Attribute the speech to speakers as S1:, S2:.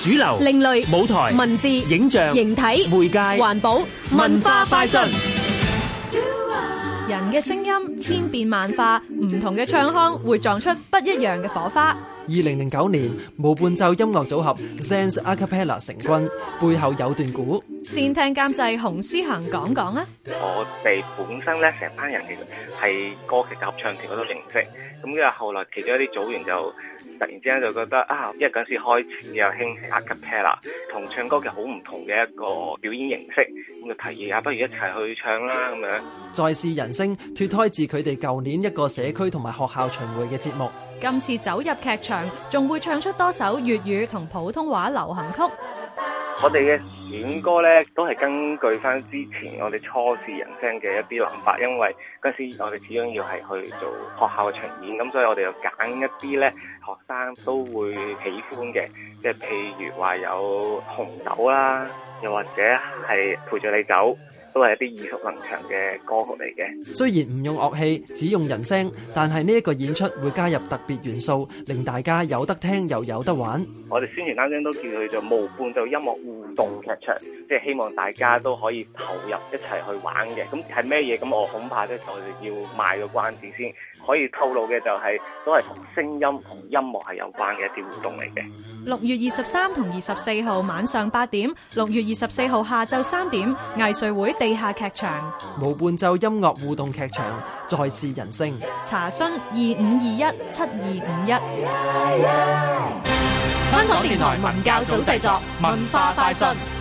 S1: 主流、
S2: 另類
S1: 舞台、
S2: 文字、
S1: 影像、
S2: 形體、
S1: 媒介、
S2: 環保、文化快訊。
S3: 人嘅聲音千變萬化，唔同嘅唱腔會撞出不一樣嘅火花。
S4: 二零零九年，無伴奏音樂組合 Zens A Cappella 成軍，背後有段故。
S3: 先聽監製洪思行講講啊！
S5: 我哋本身咧成班人其實係歌劇嘅合唱團嗰度認識，咁跟住後來其中一啲組員就突然之間就覺得啊，因為嗰陣時開始又興起 a cappella，同唱歌嘅好唔同嘅一個表演形式，咁就提議啊，不如一齊去唱啦咁樣。
S4: 再試人聲脱胎自佢哋舊年一個社區同埋學校巡迴嘅節目。
S3: 今次走入劇場，仲會唱出多首粵語同普通話流行曲。
S5: 我哋嘅選歌咧都係根據翻之前我哋初試人聲嘅一啲諗法，因為嗰陣時我哋始終要係去做學校嘅巡演，咁所以我哋又揀一啲咧學生都會喜歡嘅，即係譬如話有紅酒啦，又或者係陪著你走，都係一啲耳熟能詳嘅歌曲嚟嘅。
S4: 雖然唔用樂器，只用人聲，但係呢一個演出會加入特別元素，令大家有得聽又有得玩。
S5: 我哋宣傳啱啱都叫佢做無伴奏音樂互動劇場，即係希望大家都可以投入一齊去玩嘅。咁係咩嘢？咁我恐怕咧，我哋要賣個關子先。可以透露嘅就係、都係同聲音同音樂係有關嘅一啲互動嚟嘅。
S3: 六月二十三同二十四號晚上八點，六月二十四號下晝三點，藝穗會地下劇場。
S4: 無伴奏音樂互動劇場，再試人聲。
S3: 查詢二五二一七二五一。
S2: 香港電台文教組製作，文化快訊。